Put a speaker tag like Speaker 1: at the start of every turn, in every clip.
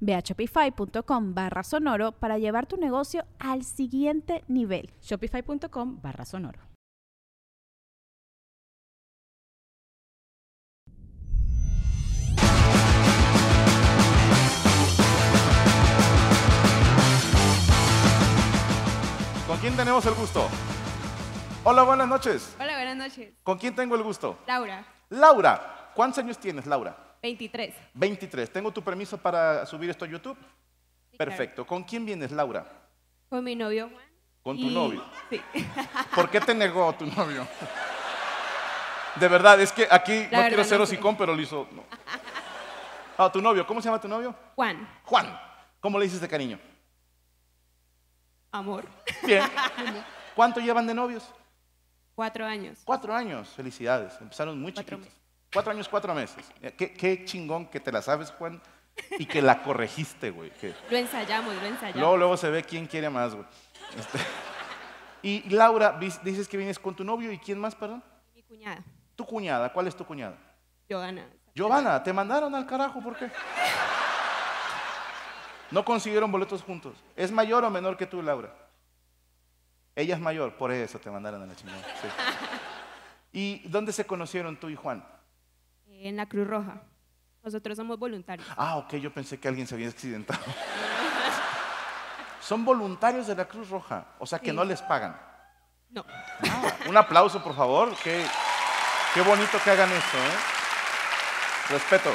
Speaker 1: Ve a shopify.com barra sonoro para llevar tu negocio al siguiente nivel.
Speaker 2: Shopify.com barra sonoro.
Speaker 3: ¿Con quién tenemos el gusto? Hola, buenas noches.
Speaker 4: Hola, buenas noches.
Speaker 3: ¿Con quién tengo el gusto?
Speaker 4: Laura,
Speaker 3: Laura. ¿Cuántos años tienes, Laura?
Speaker 4: 23.
Speaker 3: 23. ¿Tengo tu permiso para subir esto a YouTube?
Speaker 4: claro.
Speaker 3: Perfecto. ¿Con quién vienes, Laura?
Speaker 4: Con mi novio Juan.
Speaker 3: Con tu
Speaker 4: y-
Speaker 3: novio.
Speaker 4: Sí.
Speaker 3: ¿Por qué te negó tu novio? De verdad, es que aquí
Speaker 4: La
Speaker 3: no quiero
Speaker 4: verdad,
Speaker 3: ser
Speaker 4: no sé.
Speaker 3: hocicón, pero lo hizo. no. Ah, tu novio, ¿cómo se llama tu novio?
Speaker 4: Juan,
Speaker 3: Juan. ¿Cómo le dices de cariño?
Speaker 4: amor.
Speaker 3: Bien. ¿Cuánto llevan de novios?
Speaker 4: Cuatro años.
Speaker 3: Cuatro años, felicidades. Empezaron muy
Speaker 4: Cuatro
Speaker 3: chiquitos. Cuatro años, cuatro meses. Eh, Qué, qué chingón que te la sabes, Juan, y que la corregiste, güey. que
Speaker 4: Lo ensayamos, lo ensayamos.
Speaker 3: Luego, luego se ve quién quiere más, güey. Este, Y Laura, vis- dices que vienes con tu novio y quién más, perdón?
Speaker 4: Mi cuñada,
Speaker 3: Tu cuñada, ¿cuál es tu cuñada?
Speaker 4: Joana.
Speaker 3: Giovanna, te mandaron al carajo, ¿por qué? No consiguieron boletos juntos. ¿Es mayor o menor que tú, Laura? Ella es mayor, por eso te mandaron a la chingada. sí. ¿Y dónde se conocieron tú y Juan?
Speaker 4: En la Cruz Roja. Nosotros somos voluntarios.
Speaker 3: Ah, ok, yo pensé que alguien se había accidentado. Son voluntarios de la Cruz Roja, o sea que
Speaker 4: Sí.
Speaker 3: no les pagan.
Speaker 4: No.
Speaker 3: Ah, un aplauso, por favor. Qué, qué bonito que hagan eso, ¿eh? Respeto.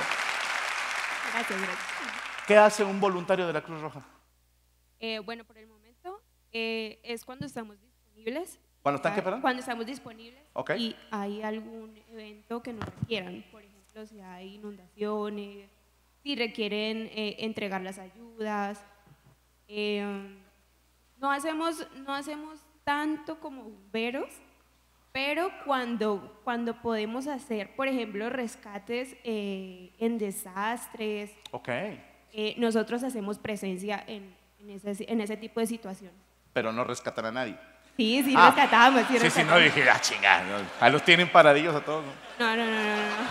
Speaker 4: Gracias, gracias.
Speaker 3: ¿Qué hace un voluntario de la Cruz Roja?
Speaker 4: Eh, bueno, por el momento eh, es cuando estamos disponibles.
Speaker 3: ¿Cuándo están qué, perdón?
Speaker 4: Cuando estamos disponibles.
Speaker 3: Ok.
Speaker 4: Y hay algún evento que nos requieran. Por ejemplo, si hay inundaciones, si requieren eh, entregar las ayudas. Eh, no, hacemos, no hacemos tanto como bomberos, pero cuando, cuando podemos hacer, por ejemplo, rescates eh, en desastres,
Speaker 3: Ok,
Speaker 4: eh, nosotros hacemos presencia en, en, ese, en ese tipo de situaciones.
Speaker 3: pero no rescatan a nadie.
Speaker 4: Sí, sí,
Speaker 3: Ah,
Speaker 4: rescatamos. Sí,
Speaker 3: Sí, sí, no
Speaker 4: rescatamos.
Speaker 3: dije, ah, chingada. A los tienen paradillos a todos. ¿no?
Speaker 4: no, no, no, no, no.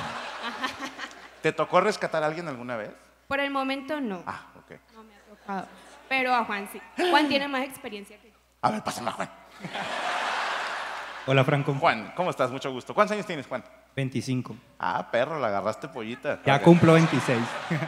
Speaker 3: ¿Te tocó rescatar a alguien alguna vez?
Speaker 4: Por el momento no.
Speaker 3: Ah, ok.
Speaker 4: No me ha tocado. Pero a Juan sí. Juan tiene más experiencia que yo.
Speaker 3: A ver, pásame a Juan.
Speaker 5: Hola Franco,
Speaker 3: Juan, ¿cómo estás? Mucho gusto. ¿Cuántos años tienes, Juan?
Speaker 5: 25.
Speaker 3: Ah, perro, la agarraste pollita.
Speaker 5: Ya
Speaker 3: Ok.
Speaker 5: cumplo 26,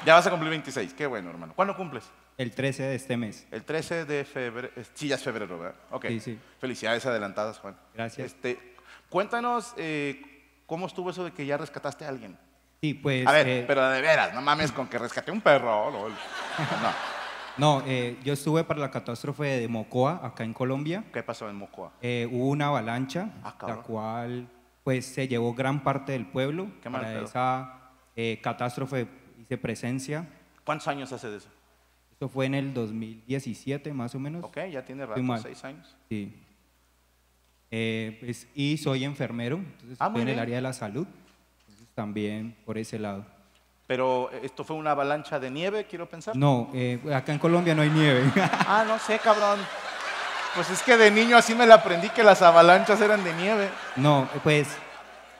Speaker 3: Ya vas a cumplir 26. Qué bueno, hermano. ¿Cuándo cumples?
Speaker 5: el 13 de este mes.
Speaker 3: El 13 de febrero. Sí, ya es febrero, ¿verdad? Ok.
Speaker 5: Sí, sí.
Speaker 3: Felicidades adelantadas, Juan.
Speaker 5: Gracias.
Speaker 3: Este, cuéntanos eh, cómo estuvo eso de que ya rescataste a alguien.
Speaker 5: Sí, pues...
Speaker 3: a ver,
Speaker 5: eh,
Speaker 3: pero de veras, no mames con que rescaté un perro. lol. No.
Speaker 5: No, eh, yo estuve para la catástrofe de Mocoa, acá en Colombia.
Speaker 3: ¿Qué pasó en Mocoa?
Speaker 5: Eh, hubo una avalancha,
Speaker 3: Ah, cabrón.
Speaker 5: la cual pues se llevó gran parte del pueblo.
Speaker 3: Qué mal
Speaker 5: para
Speaker 3: pedo.
Speaker 5: esa eh, catástrofe hice presencia.
Speaker 3: ¿Cuántos años hace de eso?
Speaker 5: Eso fue en el 2017 más o menos.
Speaker 3: Ok, ya tiene rato,
Speaker 5: Estoy mal.
Speaker 3: seis años.
Speaker 5: Sí. Eh, pues, y soy enfermero, entonces
Speaker 3: Ah, muy
Speaker 5: estoy en el
Speaker 3: bien.
Speaker 5: área de la salud. Entonces, también por ese lado.
Speaker 3: Pero eh, esto fue una avalancha de nieve, quiero pensar.
Speaker 5: No, eh, acá en Colombia no hay nieve.
Speaker 3: Ah, no sé, cabrón. Pues es que de niño así me la aprendí que las avalanchas eran de nieve.
Speaker 5: No, pues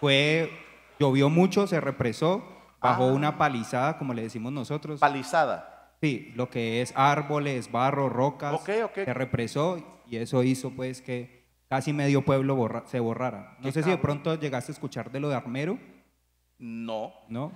Speaker 5: fue, llovió mucho, se represó,
Speaker 3: Ah.
Speaker 5: bajo una palizada, como le decimos nosotros.
Speaker 3: Palizada.
Speaker 5: sí, lo que es árboles, barro, rocas.
Speaker 3: Ok, ok.
Speaker 5: Se represó y eso hizo pues que casi medio pueblo borra- se borrara. No
Speaker 3: Qué
Speaker 5: sé si de
Speaker 3: cabrón.
Speaker 5: pronto llegaste a escuchar de lo de Armero,
Speaker 3: No.
Speaker 5: ¿no?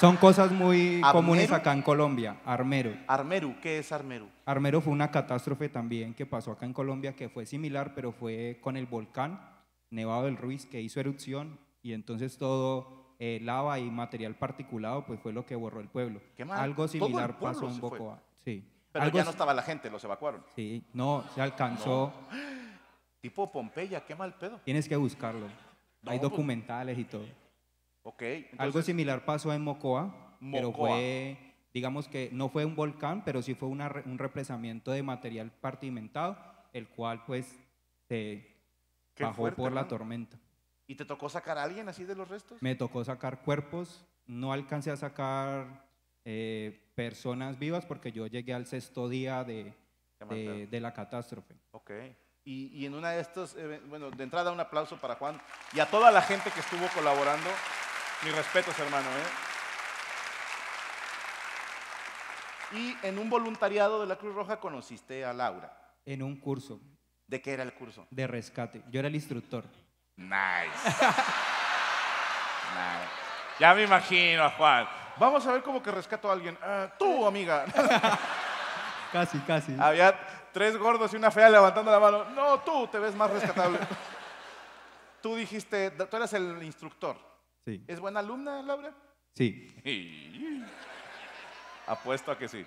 Speaker 5: Son cosas muy
Speaker 3: ¿Armero?
Speaker 5: comunes acá en Colombia, Armero.
Speaker 3: Armeru, ¿qué es Armeru?
Speaker 5: Armero fue una catástrofe también que pasó acá en Colombia que fue similar, pero fue con el volcán Nevado del Ruiz, que hizo erupción y entonces todo eh, lava y material particulado pues fue lo que borró el pueblo.
Speaker 3: Qué mal. Todo
Speaker 5: Algo
Speaker 3: el
Speaker 5: similar
Speaker 3: pueblo
Speaker 5: pasó
Speaker 3: se
Speaker 5: en
Speaker 3: fue.
Speaker 5: Bocoa. Sí.
Speaker 3: Pero
Speaker 5: Algo
Speaker 3: ya no
Speaker 5: si-
Speaker 3: estaba la gente, los evacuaron.
Speaker 5: Sí, no, se alcanzó.
Speaker 3: Tipo Pompeya, qué mal pedo.
Speaker 5: Tienes que buscarlo.
Speaker 3: No,
Speaker 5: Hay
Speaker 3: pues.
Speaker 5: documentales y todo.
Speaker 3: Ok.
Speaker 5: Algo
Speaker 3: entonces-
Speaker 5: similar pasó en Mocoa, pero
Speaker 3: Mocoa.
Speaker 5: fue, digamos que no fue un volcán, pero sí fue una re- un represamiento de material partimentado, el cual pues se
Speaker 3: Qué
Speaker 5: bajó
Speaker 3: fuerte,
Speaker 5: por la
Speaker 3: ¿no?
Speaker 5: tormenta.
Speaker 3: ¿Y te tocó sacar a alguien así de los restos?
Speaker 5: Me tocó sacar cuerpos, no alcancé a sacar eh, personas vivas porque yo llegué al sexto día de,
Speaker 3: Qué mal
Speaker 5: de-
Speaker 3: pedo.
Speaker 5: de la catástrofe.
Speaker 3: Ok. Y, y en una de estas, eh, bueno, de entrada un aplauso para Juan y a toda la gente que estuvo colaborando. Mis respetos, hermano. ¿eh? Y en un voluntariado de la Cruz Roja conociste a Laura.
Speaker 5: En un curso
Speaker 3: ¿De qué era el curso?
Speaker 5: de rescate, yo era el instructor.
Speaker 3: Nice. Nice. Ya me imagino a Juan. Vamos a ver cómo que rescato a alguien. Ah, tú, amiga.
Speaker 5: Casi, casi.
Speaker 3: Había tres gordos y una fea levantando la mano. No, tú te ves más rescatable. tú dijiste, tú eras el instructor.
Speaker 5: Sí,
Speaker 3: ¿Es buena alumna, Laura?
Speaker 5: sí.
Speaker 3: Apuesto a que sí.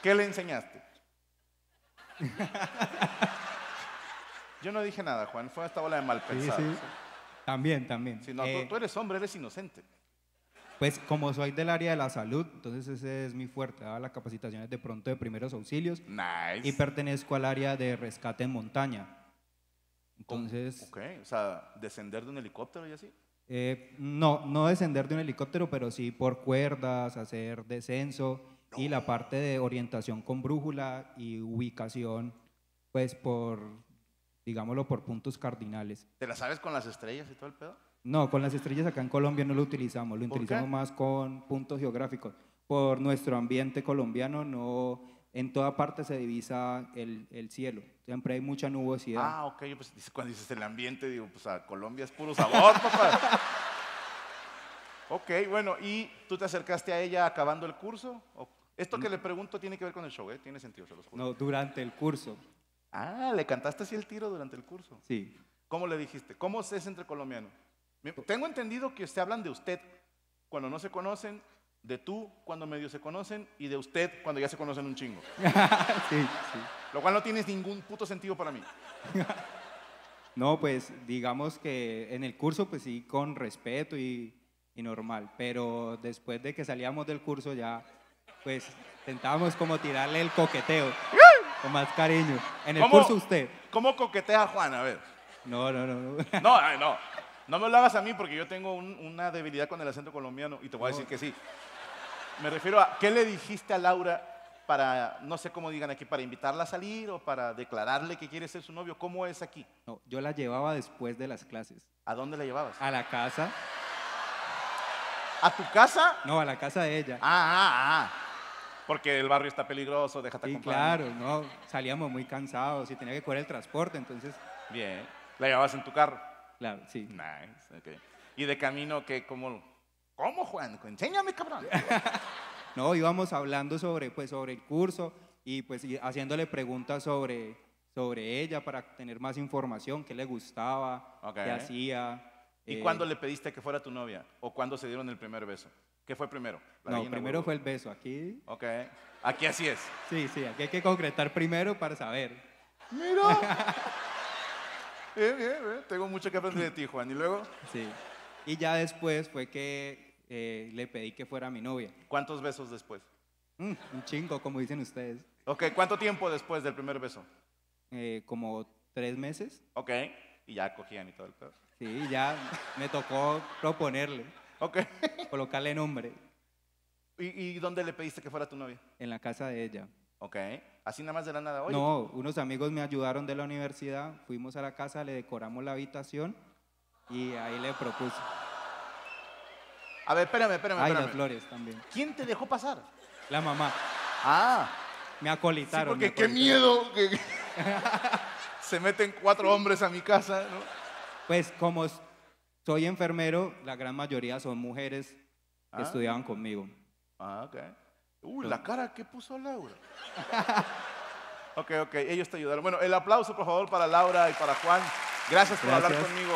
Speaker 3: ¿Qué le enseñaste? Yo no dije nada, Juan. Fue esta bola de mal
Speaker 5: Sí,
Speaker 3: pensado.
Speaker 5: sí. También, también.
Speaker 3: Si no, tú-
Speaker 5: Eh,
Speaker 3: tú eres hombre, eres inocente.
Speaker 5: Pues como soy del área de la salud, entonces ese es mi fuerte, daba las capacitaciones de pronto de primeros auxilios
Speaker 3: Nice.
Speaker 5: y pertenezco al área de rescate en montaña. Entonces,
Speaker 3: Ok, o sea, descender de un helicóptero y así.
Speaker 5: eh, no, no descender de un helicóptero, pero sí por cuerdas, hacer descenso y la parte de orientación con brújula y ubicación, pues por, digámoslo, por puntos cardinales.
Speaker 3: ¿Te la sabes con las estrellas y todo el pedo?
Speaker 5: No, con las estrellas acá en Colombia no lo utilizamos, lo
Speaker 3: ¿Por qué?
Speaker 5: utilizamos más con puntos geográficos. Por nuestro ambiente colombiano, no en toda parte se divisa el, el cielo. Siempre hay mucha nubosidad.
Speaker 3: Ah, ok, yo pues dice- cuando dices el ambiente, digo, pues a Colombia es puro sabor, papá. ok, bueno, ¿y tú te acercaste a ella acabando el curso? ¿O- Esto que le pregunto tiene que ver con el show, ¿eh? Tiene sentido, se los juro.
Speaker 5: No, durante el curso.
Speaker 3: Ah, le cantaste así el tiro durante el curso.
Speaker 5: Sí.
Speaker 3: ¿Cómo le dijiste? ¿Cómo se es entre colombianos? Me- Tengo entendido que se hablan de usted cuando no se conocen, de tú cuando medio se conocen y de usted cuando ya se conocen un chingo.
Speaker 5: sí, sí.
Speaker 3: Lo cual no tiene ningún puto sentido para mí.
Speaker 5: No, pues digamos que en el curso, pues sí, con respeto y, y normal. Pero después de que salíamos del curso, ya, pues intentábamos como tirarle el coqueteo con más cariño. En el
Speaker 3: ¿Cómo?
Speaker 5: curso, usted.
Speaker 3: ¿Cómo coquetea a Juan? A ver.
Speaker 5: No, no, no. no.
Speaker 3: No, ay, no. No me lo hagas a mí porque yo tengo un- una debilidad con el acento colombiano y te voy a
Speaker 5: No.
Speaker 3: decir que sí. Me refiero a, ¿qué le dijiste a Laura para, no sé cómo digan aquí, para invitarla a salir o para declararle que quiere ser su novio? ¿Cómo es aquí?
Speaker 5: No, yo la llevaba después de las clases.
Speaker 3: ¿A dónde la llevabas?
Speaker 5: A la casa.
Speaker 3: ¿A tu casa?
Speaker 5: No, a la casa de ella.
Speaker 3: Ah, ah, ah. Porque el barrio está peligroso, déjate
Speaker 5: y
Speaker 3: acompañar.
Speaker 5: claro, no, salíamos muy cansados y tenía que correr el transporte, entonces,
Speaker 3: Bien. ¿La llevabas en tu carro?
Speaker 5: claro, sí.
Speaker 3: Mm. Nice, ok. ¿Y de camino que ¿Cómo? ¿Cómo, Juan? Enséñame, cabrón.
Speaker 5: No, íbamos hablando sobre, pues, sobre el curso y pues y haciéndole preguntas sobre, sobre ella para tener más información, qué le gustaba,
Speaker 3: Ok.
Speaker 5: qué hacía.
Speaker 3: ¿Y
Speaker 5: eh,
Speaker 3: cuándo le pediste que fuera tu novia? ¿O cuándo se dieron el primer beso? ¿Qué fue primero? ¿La
Speaker 5: No,
Speaker 3: gallina
Speaker 5: primero
Speaker 3: huevo?
Speaker 5: fue el beso. Aquí,
Speaker 3: Ok. Aquí así es.
Speaker 5: sí, sí, aquí hay que concretar primero para saber.
Speaker 3: Mira. bien, bien, bien. Tengo mucho que aprender de ti, Juan. Y luego,
Speaker 5: Sí. Y ya después fue que eh, le pedí que fuera mi novia.
Speaker 3: ¿cuántos besos después?
Speaker 5: Mm, un chingo, como dicen ustedes.
Speaker 3: Ok, ¿cuánto tiempo después del primer beso?
Speaker 5: eh, como tres meses.
Speaker 3: Ok. Y ya cogían y todo el pedo.
Speaker 5: Sí, y ya me tocó proponerle,
Speaker 3: Ok.
Speaker 5: colocarle nombre
Speaker 3: ¿Y, y dónde le pediste que fuera tu novia?
Speaker 5: en la casa de ella.
Speaker 3: Ok. Así nada más de la nada. Oye,
Speaker 5: No, unos amigos me ayudaron de la universidad, fuimos a la casa, le decoramos la habitación y ahí le propuse.
Speaker 3: A ver, espérame, espérame,
Speaker 5: Ay, las
Speaker 3: espérame.
Speaker 5: flores también.
Speaker 3: ¿Quién te dejó pasar?
Speaker 5: La mamá,
Speaker 3: Ah.
Speaker 5: me
Speaker 3: Sí,
Speaker 5: acolitaron. me
Speaker 3: porque qué
Speaker 5: acolitaron.
Speaker 3: miedo que se meten cuatro hombres a mi casa, ¿no?
Speaker 5: Pues como s- soy enfermero, la gran mayoría son mujeres que
Speaker 3: Ah.
Speaker 5: estudiaban conmigo.
Speaker 3: Ah, ok. Uy, la cara que puso Laura. ok, ok, ellos te ayudaron. Bueno, el aplauso, por favor, para Laura y para Juan. Gracias por hablar
Speaker 5: Gracias.
Speaker 3: conmigo.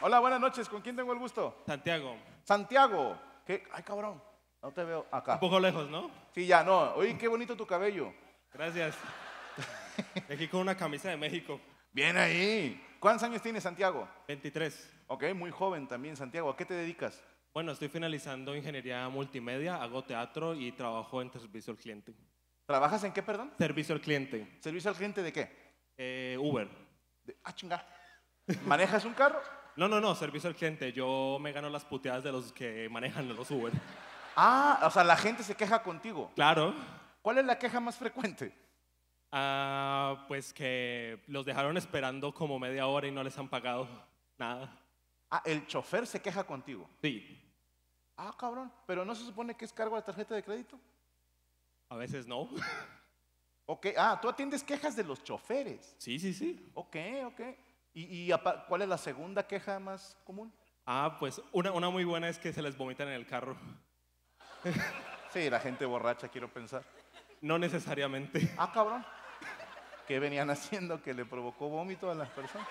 Speaker 3: Hola, buenas noches. ¿Con quién tengo el gusto?
Speaker 6: Santiago,
Speaker 3: Santiago. ¿Qué? Ay, cabrón. No te veo acá.
Speaker 6: un poco lejos, ¿no?
Speaker 3: Sí, ya, no. Oye, qué bonito tu cabello.
Speaker 6: Gracias. Y Aquí con una camisa de México,
Speaker 3: Bien ahí. ¿Cuántos años tienes, Santiago?
Speaker 6: 23.
Speaker 3: Ok, muy joven también, Santiago. ¿A qué te dedicas?
Speaker 6: Bueno, estoy finalizando ingeniería multimedia, hago teatro y trabajo en servicio al cliente.
Speaker 3: ¿Trabajas en qué, perdón?
Speaker 6: Servicio al cliente,
Speaker 3: ¿Servicio al cliente de qué?
Speaker 6: eh, Uber.
Speaker 3: De- ah, chinga. ¿Manejas un carro?
Speaker 6: No, no, no, servicio al cliente. Yo me gano las puteadas de los que manejan los Uber.
Speaker 3: Ah, o sea, la gente se queja contigo.
Speaker 6: Claro.
Speaker 3: ¿Cuál es la queja más frecuente?
Speaker 6: Ah, pues que los dejaron esperando como media hora y no les han pagado nada.
Speaker 3: Ah, el chofer se queja contigo.
Speaker 6: Sí,
Speaker 3: Ah, cabrón. Pero no se supone que es cargo a la tarjeta de crédito.
Speaker 6: a veces no.
Speaker 3: Ok, ah, tú atiendes quejas de los choferes.
Speaker 6: Sí, sí, sí.
Speaker 3: Ok, ok. ¿Y, y apa- cuál es la segunda queja más común?
Speaker 6: Ah, pues una, una muy buena es que se les vomitan en el carro.
Speaker 3: Sí, la gente borracha, quiero pensar.
Speaker 6: No necesariamente.
Speaker 3: Ah, cabrón. ¿Qué venían haciendo que le provocó vómito a las personas?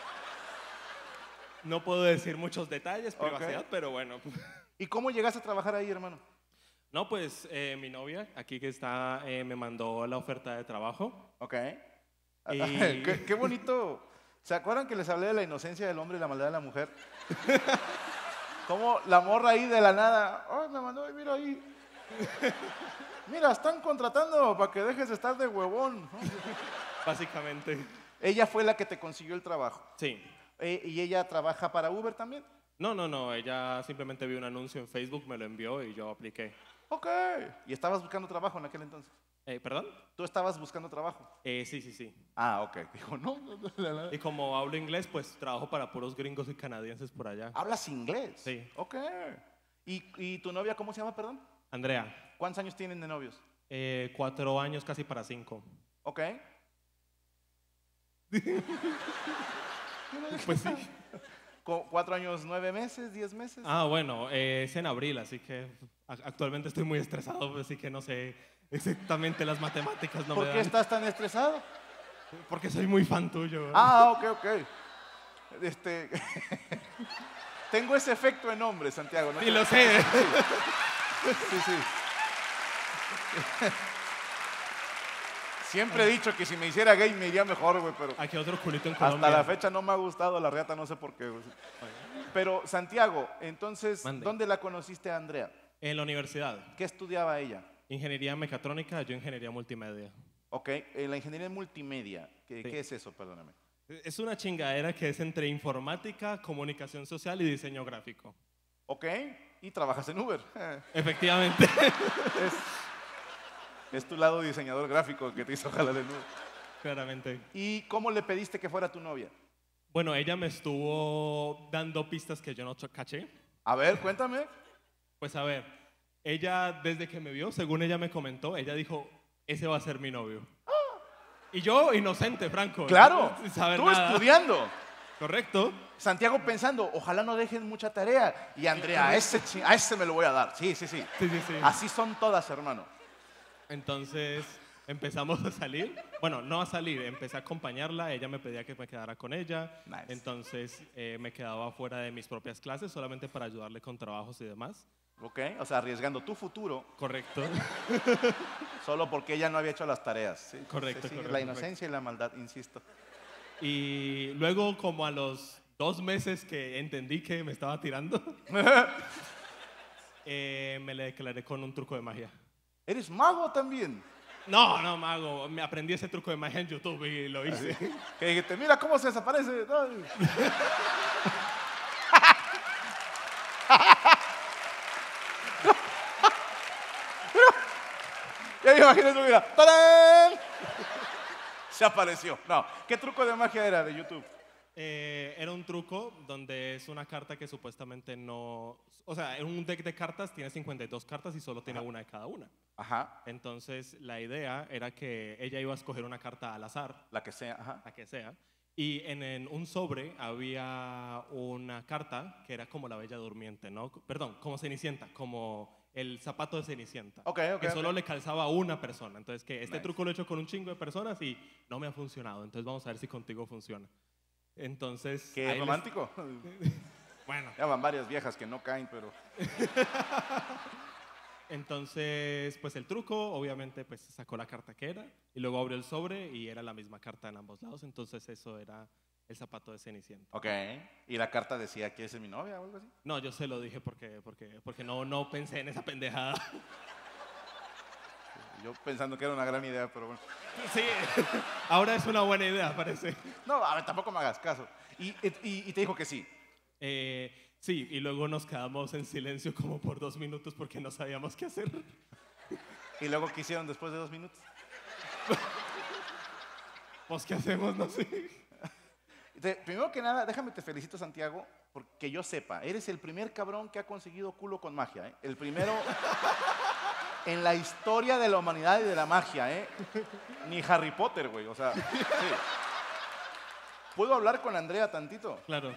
Speaker 6: No puedo decir muchos detalles,
Speaker 3: Ok.
Speaker 6: privacidad, pero bueno.
Speaker 3: ¿Y cómo llegaste a trabajar ahí, hermano?
Speaker 6: No, pues eh, mi novia, aquí que está, eh, me mandó la oferta de trabajo.
Speaker 3: Ok. Ah,
Speaker 6: Y-
Speaker 3: qué, qué bonito. ¿Se acuerdan que les hablé de la inocencia del hombre y la maldad de la mujer? Como la morra ahí de la nada. Oh, me mandó, mira ahí. Mira, están contratando para que dejes de estar de huevón.
Speaker 6: Básicamente,
Speaker 3: Ella fue la que te consiguió el trabajo.
Speaker 6: sí.
Speaker 3: Eh, ¿Y ella trabaja para Uber también?
Speaker 6: No, no, no, ella simplemente vio un anuncio en Facebook, me lo envió y yo apliqué.
Speaker 3: Ok. ¿Y estabas buscando trabajo en aquel entonces?
Speaker 6: Eh, ¿Perdón?
Speaker 3: ¿Tú estabas buscando trabajo?
Speaker 6: Eh, sí, sí, sí.
Speaker 3: Ah, ok. Dijo, no. no, no, la, la.
Speaker 6: Y como hablo inglés, pues trabajo para puros gringos y canadienses por allá.
Speaker 3: ¿Hablas inglés?
Speaker 6: Sí.
Speaker 3: Ok. ¿Y, ¿Y tu novia cómo se llama, perdón?
Speaker 6: Andrea,
Speaker 3: ¿Cuántos años tienen de novios?
Speaker 6: eh, cuatro años casi para cinco.
Speaker 3: Ok.
Speaker 6: Pues sí.
Speaker 3: Co- ¿Cuatro años, nueve meses, diez meses?
Speaker 6: Ah, bueno, eh, es en abril, así que a- actualmente estoy muy estresado, así que no sé exactamente las matemáticas. No
Speaker 3: ¿Por
Speaker 6: me
Speaker 3: qué
Speaker 6: dan.
Speaker 3: estás tan estresado?
Speaker 6: Porque soy muy fan tuyo.
Speaker 3: Ah, ok, ok. Este... Tengo ese efecto en hombres, Santiago. ¿no?
Speaker 6: Sí, lo sé.
Speaker 3: Sí, sí. Siempre he dicho que si me hiciera gay me iría mejor, güey, pero
Speaker 6: Aquí otro culito en Colombia.
Speaker 3: hasta la fecha no me ha gustado la reata, no sé por qué. güey. Pero, Santiago, entonces,
Speaker 6: Mande.
Speaker 3: ¿dónde la conociste a Andrea?
Speaker 6: En la universidad.
Speaker 3: ¿Qué estudiaba ella?
Speaker 6: Ingeniería mecatrónica, yo ingeniería multimedia.
Speaker 3: Ok, eh, la ingeniería en multimedia. ¿Qué,
Speaker 6: Sí.
Speaker 3: qué es eso? Perdóname.
Speaker 6: Es una chingadera que es entre informática, comunicación social y diseño gráfico.
Speaker 3: Ok, y trabajas en Uber.
Speaker 6: Efectivamente.
Speaker 3: es, es tu lado diseñador gráfico que te hizo jalar el Uber.
Speaker 6: Claramente.
Speaker 3: ¿Y cómo le pediste que fuera tu novia?
Speaker 6: Bueno, ella me estuvo dando pistas que yo no cho- caché.
Speaker 3: A ver, cuéntame.
Speaker 6: Pues a ver, ella desde que me vio, según ella me comentó, ella dijo, ese va a ser mi novio. Y yo, inocente, Franco.
Speaker 3: Claro,
Speaker 6: Pues, sin saber
Speaker 3: tú
Speaker 6: nada.
Speaker 3: estudiando.
Speaker 6: Correcto.
Speaker 3: Santiago pensando, ojalá no dejen mucha tarea. Y Andrea, a ese, chi- a ese me lo voy a dar. Sí, sí, sí.
Speaker 6: Sí, sí, sí.
Speaker 3: Así son todas, hermano.
Speaker 6: Entonces empezamos a salir. Bueno, no a salir, empecé a acompañarla. Ella me pedía que me quedara con ella.
Speaker 3: Nice.
Speaker 6: Entonces eh, me quedaba fuera de mis propias clases solamente para ayudarle con trabajos y demás.
Speaker 3: ¿Ok? O sea, arriesgando tu futuro
Speaker 6: Correcto.
Speaker 3: solo porque ella no había hecho las tareas. Sí, sí, sí,
Speaker 6: Correcto,
Speaker 3: sí.
Speaker 6: correcto,
Speaker 3: La
Speaker 6: correcto.
Speaker 3: inocencia y la maldad, insisto.
Speaker 6: Y luego, como a los dos meses que entendí que me estaba tirando, eh, me le declaré con un truco de magia.
Speaker 3: Eres mago también.
Speaker 6: No, no, mago. Me aprendí ese truco de magia en YouTube y lo hice.
Speaker 3: Que dijiste, mira cómo se desaparece. Ay. ya me imagino eso, mira. ¡Tarán! Se apareció. No, ¿qué truco de magia era de YouTube?
Speaker 6: Eh, era un truco donde es una carta que supuestamente no... O sea, en un deck de cartas tiene 52 cartas y solo tiene una de cada una.
Speaker 3: Ajá,
Speaker 6: Entonces, la idea era que ella iba a escoger una carta al azar
Speaker 3: la que sea, ajá.
Speaker 6: la que sea. Y en, en un sobre había una carta que era como la Bella Durmiente, ¿no? C- Perdón, como Cenicienta, como el zapato de Cenicienta.
Speaker 3: Ok, ok,
Speaker 6: Que solo
Speaker 3: ok.
Speaker 6: le calzaba a una persona. Entonces, que este
Speaker 3: Nice.
Speaker 6: truco lo he hecho con un chingo de personas y no me ha funcionado. Entonces, vamos a ver si contigo funciona. Entonces. ahí
Speaker 3: ¿Qué
Speaker 6: les-
Speaker 3: romántico?
Speaker 6: Bueno,
Speaker 3: Ya van varias viejas que no caen, pero
Speaker 6: entonces, pues el truco, obviamente, pues sacó la carta que era y luego abrió el sobre y era la misma carta en ambos lados. Entonces, eso era el zapato de Cenicienta.
Speaker 3: ok. Y la carta decía, ¿quieres ser mi novia o algo así?
Speaker 6: No, yo se lo dije porque, porque, porque no, no pensé en esa pendejada.
Speaker 3: Y Yo pensando que era una gran idea, pero bueno.
Speaker 6: Sí, ahora es una buena idea, parece.
Speaker 3: No, a ver, tampoco me hagas caso. Y, y- y te dijo que sí.
Speaker 6: Eh, sí, y luego nos quedamos en silencio como por dos minutos porque no sabíamos qué hacer.
Speaker 3: Y luego, ¿qué hicieron después de dos minutos?
Speaker 6: Pues, ¿qué hacemos? No sé.
Speaker 3: Te- primero que nada, déjame te felicito, Santiago, porque yo sepa, eres el primer cabrón que ha conseguido culo con magia, ¿eh? El primero en la historia de la humanidad y de la magia, ¿eh? Ni Harry Potter, güey, o sea, sí. ¿Puedo hablar con Andrea tantito?
Speaker 6: Claro.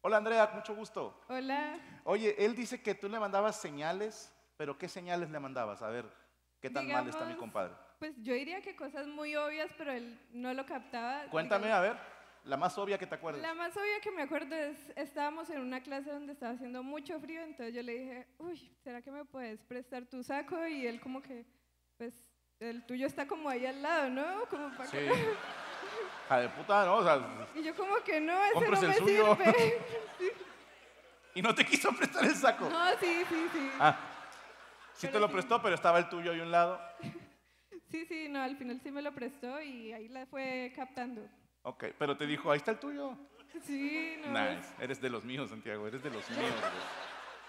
Speaker 3: Hola, Andrea, mucho gusto.
Speaker 7: Hola.
Speaker 3: Oye, él dice que tú le mandabas señales, pero ¿qué señales le mandabas? A ver, ¿qué tan mal está mi
Speaker 4: Digamos-
Speaker 3: compadre?
Speaker 4: Pues yo diría que cosas muy obvias, pero él no lo captaba.
Speaker 3: Cuéntame, a
Speaker 4: Digamos,
Speaker 3: ver, la más obvia que te acuerdes.
Speaker 4: La más obvia que me acuerdo es, estábamos en una clase donde estaba haciendo mucho frío, entonces yo le dije, uy, ¿será que me puedes prestar tu saco? Y él como que, pues, el tuyo está como ahí al lado, ¿no? Como para
Speaker 3: Sí.
Speaker 4: que...
Speaker 3: Hija de puta, ¿no? O sea,
Speaker 4: Y yo como que no, ese no
Speaker 3: Cómprese el
Speaker 4: me
Speaker 3: suyo".
Speaker 4: sirve.
Speaker 3: y no te quiso prestar el saco.
Speaker 4: No, sí, sí, sí.
Speaker 3: Ah, sí te
Speaker 4: Pero
Speaker 3: lo
Speaker 4: sí.
Speaker 3: prestó, pero estaba el tuyo ahí a un lado.
Speaker 4: Sí, sí, no, al final sí me lo prestó y ahí la fue captando.
Speaker 3: Ok, pero te dijo, ahí está el tuyo.
Speaker 4: Sí, no.
Speaker 3: Nice, eres de los míos, Santiago, eres de los míos. güey.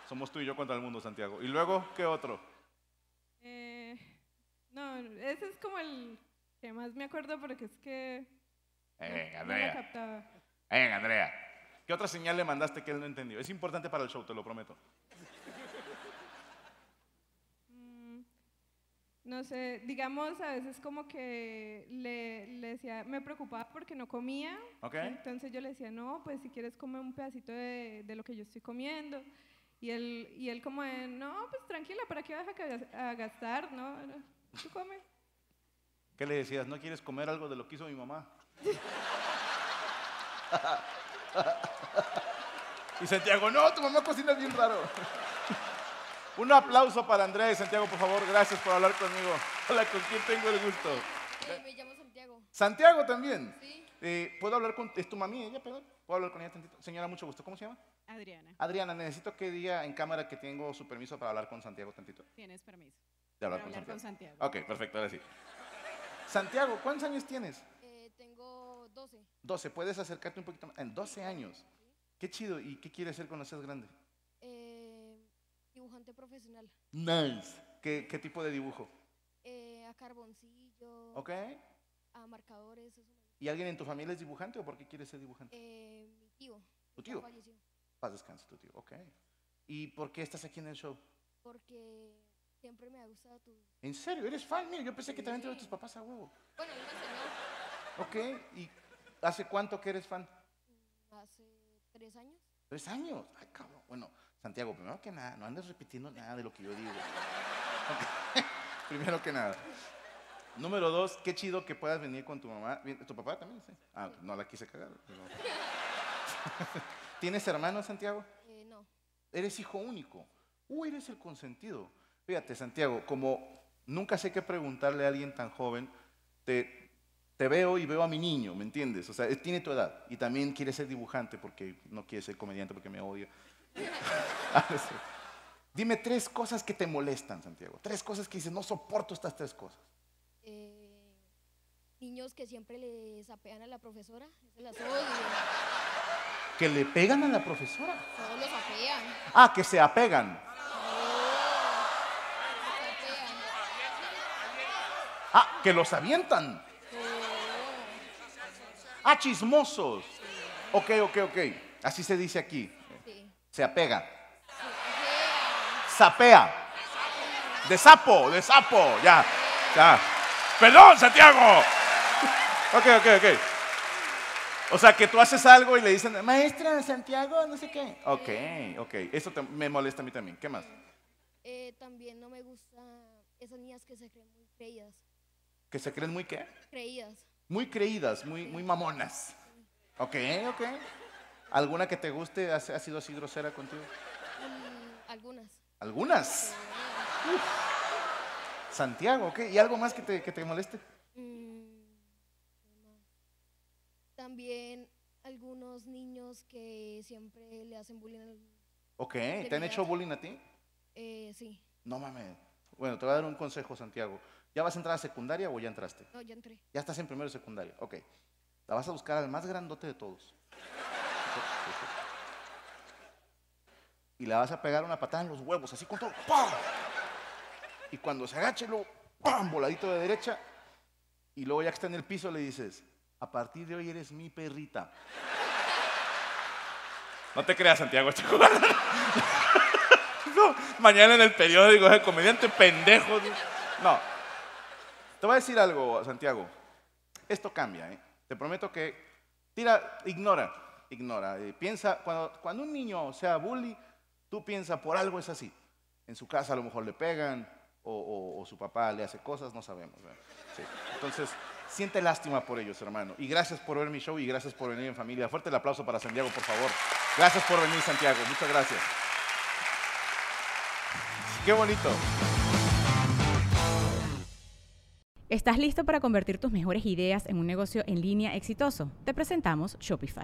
Speaker 3: Somos tú y yo contra el mundo, Santiago. ¿Y luego qué otro?
Speaker 4: Eh, no, ese es como el que más me acuerdo porque es que no-
Speaker 3: Eh,
Speaker 4: no, lo
Speaker 3: Andrea,
Speaker 4: captaba.
Speaker 3: eh, Andrea. ¿Qué otra señal le mandaste que él no entendió? Es importante para el show, te lo prometo.
Speaker 4: Mm, No sé, digamos a veces como que le, le decía, me preocupaba porque no comía.
Speaker 3: Ok.
Speaker 4: Entonces yo le decía, no, pues si quieres come un pedacito de, de lo que yo estoy comiendo. Y él, y él como, de, no, pues tranquila, ¿para qué vas a, ga- a gastar? No, no, tú come.
Speaker 3: ¿Qué le decías? ¿No quieres comer algo de lo que hizo mi mamá? y Santiago, no, tu mamá cocina bien raro. Un aplauso para Andrea y Santiago, por favor. Gracias por hablar conmigo. Hola, ¿con quién tengo el gusto?
Speaker 8: Eh, me llamo Santiago.
Speaker 3: Santiago también.
Speaker 8: Sí.
Speaker 3: Eh, ¿Puedo hablar con... ¿Es tu mami ella, perdón? ¿Puedo hablar con ella tantito? Señora, mucho gusto. ¿Cómo se llama?
Speaker 9: Adriana,
Speaker 3: Adriana, necesito que diga en cámara que tengo su permiso para hablar con Santiago tantito.
Speaker 9: tienes permiso
Speaker 3: De hablar
Speaker 9: para hablar
Speaker 3: con
Speaker 9: con
Speaker 3: Santiago.
Speaker 9: Santiago.
Speaker 3: Ok, perfecto, ahora sí. Santiago, ¿cuántos años tienes?
Speaker 8: Eh, tengo 12.
Speaker 3: 12, puedes acercarte un poquito más. En 12 años. Qué chido. ¿Y qué quieres ser cuando seas grande?
Speaker 8: Eh, dibujante profesional.
Speaker 3: Nice. ¿Qué, qué tipo de dibujo?
Speaker 8: Eh, a carboncillo,
Speaker 3: ¿Ok?
Speaker 8: a marcadores. Eso. me-
Speaker 3: ¿Y alguien en tu familia es dibujante o por qué quieres ser dibujante?
Speaker 8: Eh, mi tío.
Speaker 3: ¿Tu
Speaker 8: ya
Speaker 3: tío?
Speaker 8: falleció,
Speaker 3: Paz, descanse, tu tío. Ok. ¿Y por qué estás aquí en el show?
Speaker 8: Porque siempre me ha gustado tu...
Speaker 3: ¿En serio? ¿Eres fan mío? Yo pensé que también te eran tus papás a huevo.
Speaker 8: Bueno, él me enseñó
Speaker 3: Ok. ¿Y hace cuánto que eres fan?
Speaker 8: hace tres años.
Speaker 3: Tres años. Ay, cabrón. Bueno, Santiago, primero que nada, no andes repitiendo nada de lo que yo digo. Ok. primero que nada. Número dos, qué chido que puedas venir con tu mamá. Bien, ¿Tu papá también? Sí. Ah, no la quise cagar. pero- ¿Tienes hermanos, Santiago?
Speaker 8: Eh, no.
Speaker 3: Eres hijo único. Uh, eres el consentido. Fíjate, Santiago, como nunca sé qué preguntarle a alguien tan joven, te, te veo y veo a mi niño, ¿me entiendes? O sea, él tiene tu edad y también quiere ser dibujante porque no quiere ser comediante porque me odia. Ah, no sé. Dime tres cosas que te molestan, Santiago. Tres cosas que dices, no soporto estas tres cosas.
Speaker 8: Eh, niños que siempre le zapean a la profesora. Se las odio.
Speaker 3: Que le pegan a la profesora.
Speaker 8: Todos los zapean.
Speaker 3: Ah, que se apegan.
Speaker 8: zapean.
Speaker 3: Ah, que los avientan. Ah, chismosos. Ok, ok, ok. Así se dice aquí.
Speaker 8: Sí.
Speaker 3: Se apega.
Speaker 8: Zapean.
Speaker 3: Sapea. De sapo, de sapo. Ya, ya. Perdón, Santiago. Ok, ok, ok. O sea, que tú haces algo y le dicen, maestra, Santiago, no sé qué. Ok, ok. Eso te- me molesta a mí también. ¿Qué más?
Speaker 8: Eh, también no me gustan esas niñas que se creen muy creídas.
Speaker 3: Que se creen muy qué?
Speaker 8: Creídas.
Speaker 3: Muy creídas, muy, muy mamonas. Ok, ok. ¿Alguna que te guste ha, ha sido así grosera contigo?
Speaker 8: Mm, algunas.
Speaker 3: Algunas. Uf. Santiago, ok. ¿Y algo más que te, que te moleste?
Speaker 8: Mm, ¿qué más? También algunos niños que siempre le hacen bullying al...
Speaker 3: Ok. ¿Te han hecho bullying a ti?
Speaker 8: eh, sí,
Speaker 3: No mames. Bueno, te voy a dar un consejo, Santiago. ¿Ya vas a entrar a secundaria o ya entraste?
Speaker 8: no, ya entré.
Speaker 3: Ya estás en primero de secundaria. Ok. La vas a buscar al más grandote de todos. Y la vas a pegar una patada en los huevos, así con todo. ¡Pam! Y cuando se agache, luego, ¡pam! Voladito de derecha. Y luego ya que está en el piso le dices, a partir de hoy eres mi perrita. No te creas, Santiago, estoy jugando. No, mañana en el periódico, el comediante pendejo. No. Te voy a decir algo, Santiago. Esto cambia, ¿eh? Te prometo que. Tira, ignora, ignora. eh, piensa, cuando, cuando un niño sea bully, tú piensa por algo es así. En su casa a lo mejor le pegan, o, o- o su papá le hace cosas, no sabemos. ¿verdad? Sí. Entonces, siente lástima por ellos, hermano. Y gracias por ver mi show y gracias por venir en familia. Fuerte el aplauso para Santiago, por favor. Gracias por venir, Santiago. Muchas gracias. Qué bonito.
Speaker 2: ¿Estás listo para convertir tus mejores ideas en un negocio en línea exitoso? Te presentamos Shopify.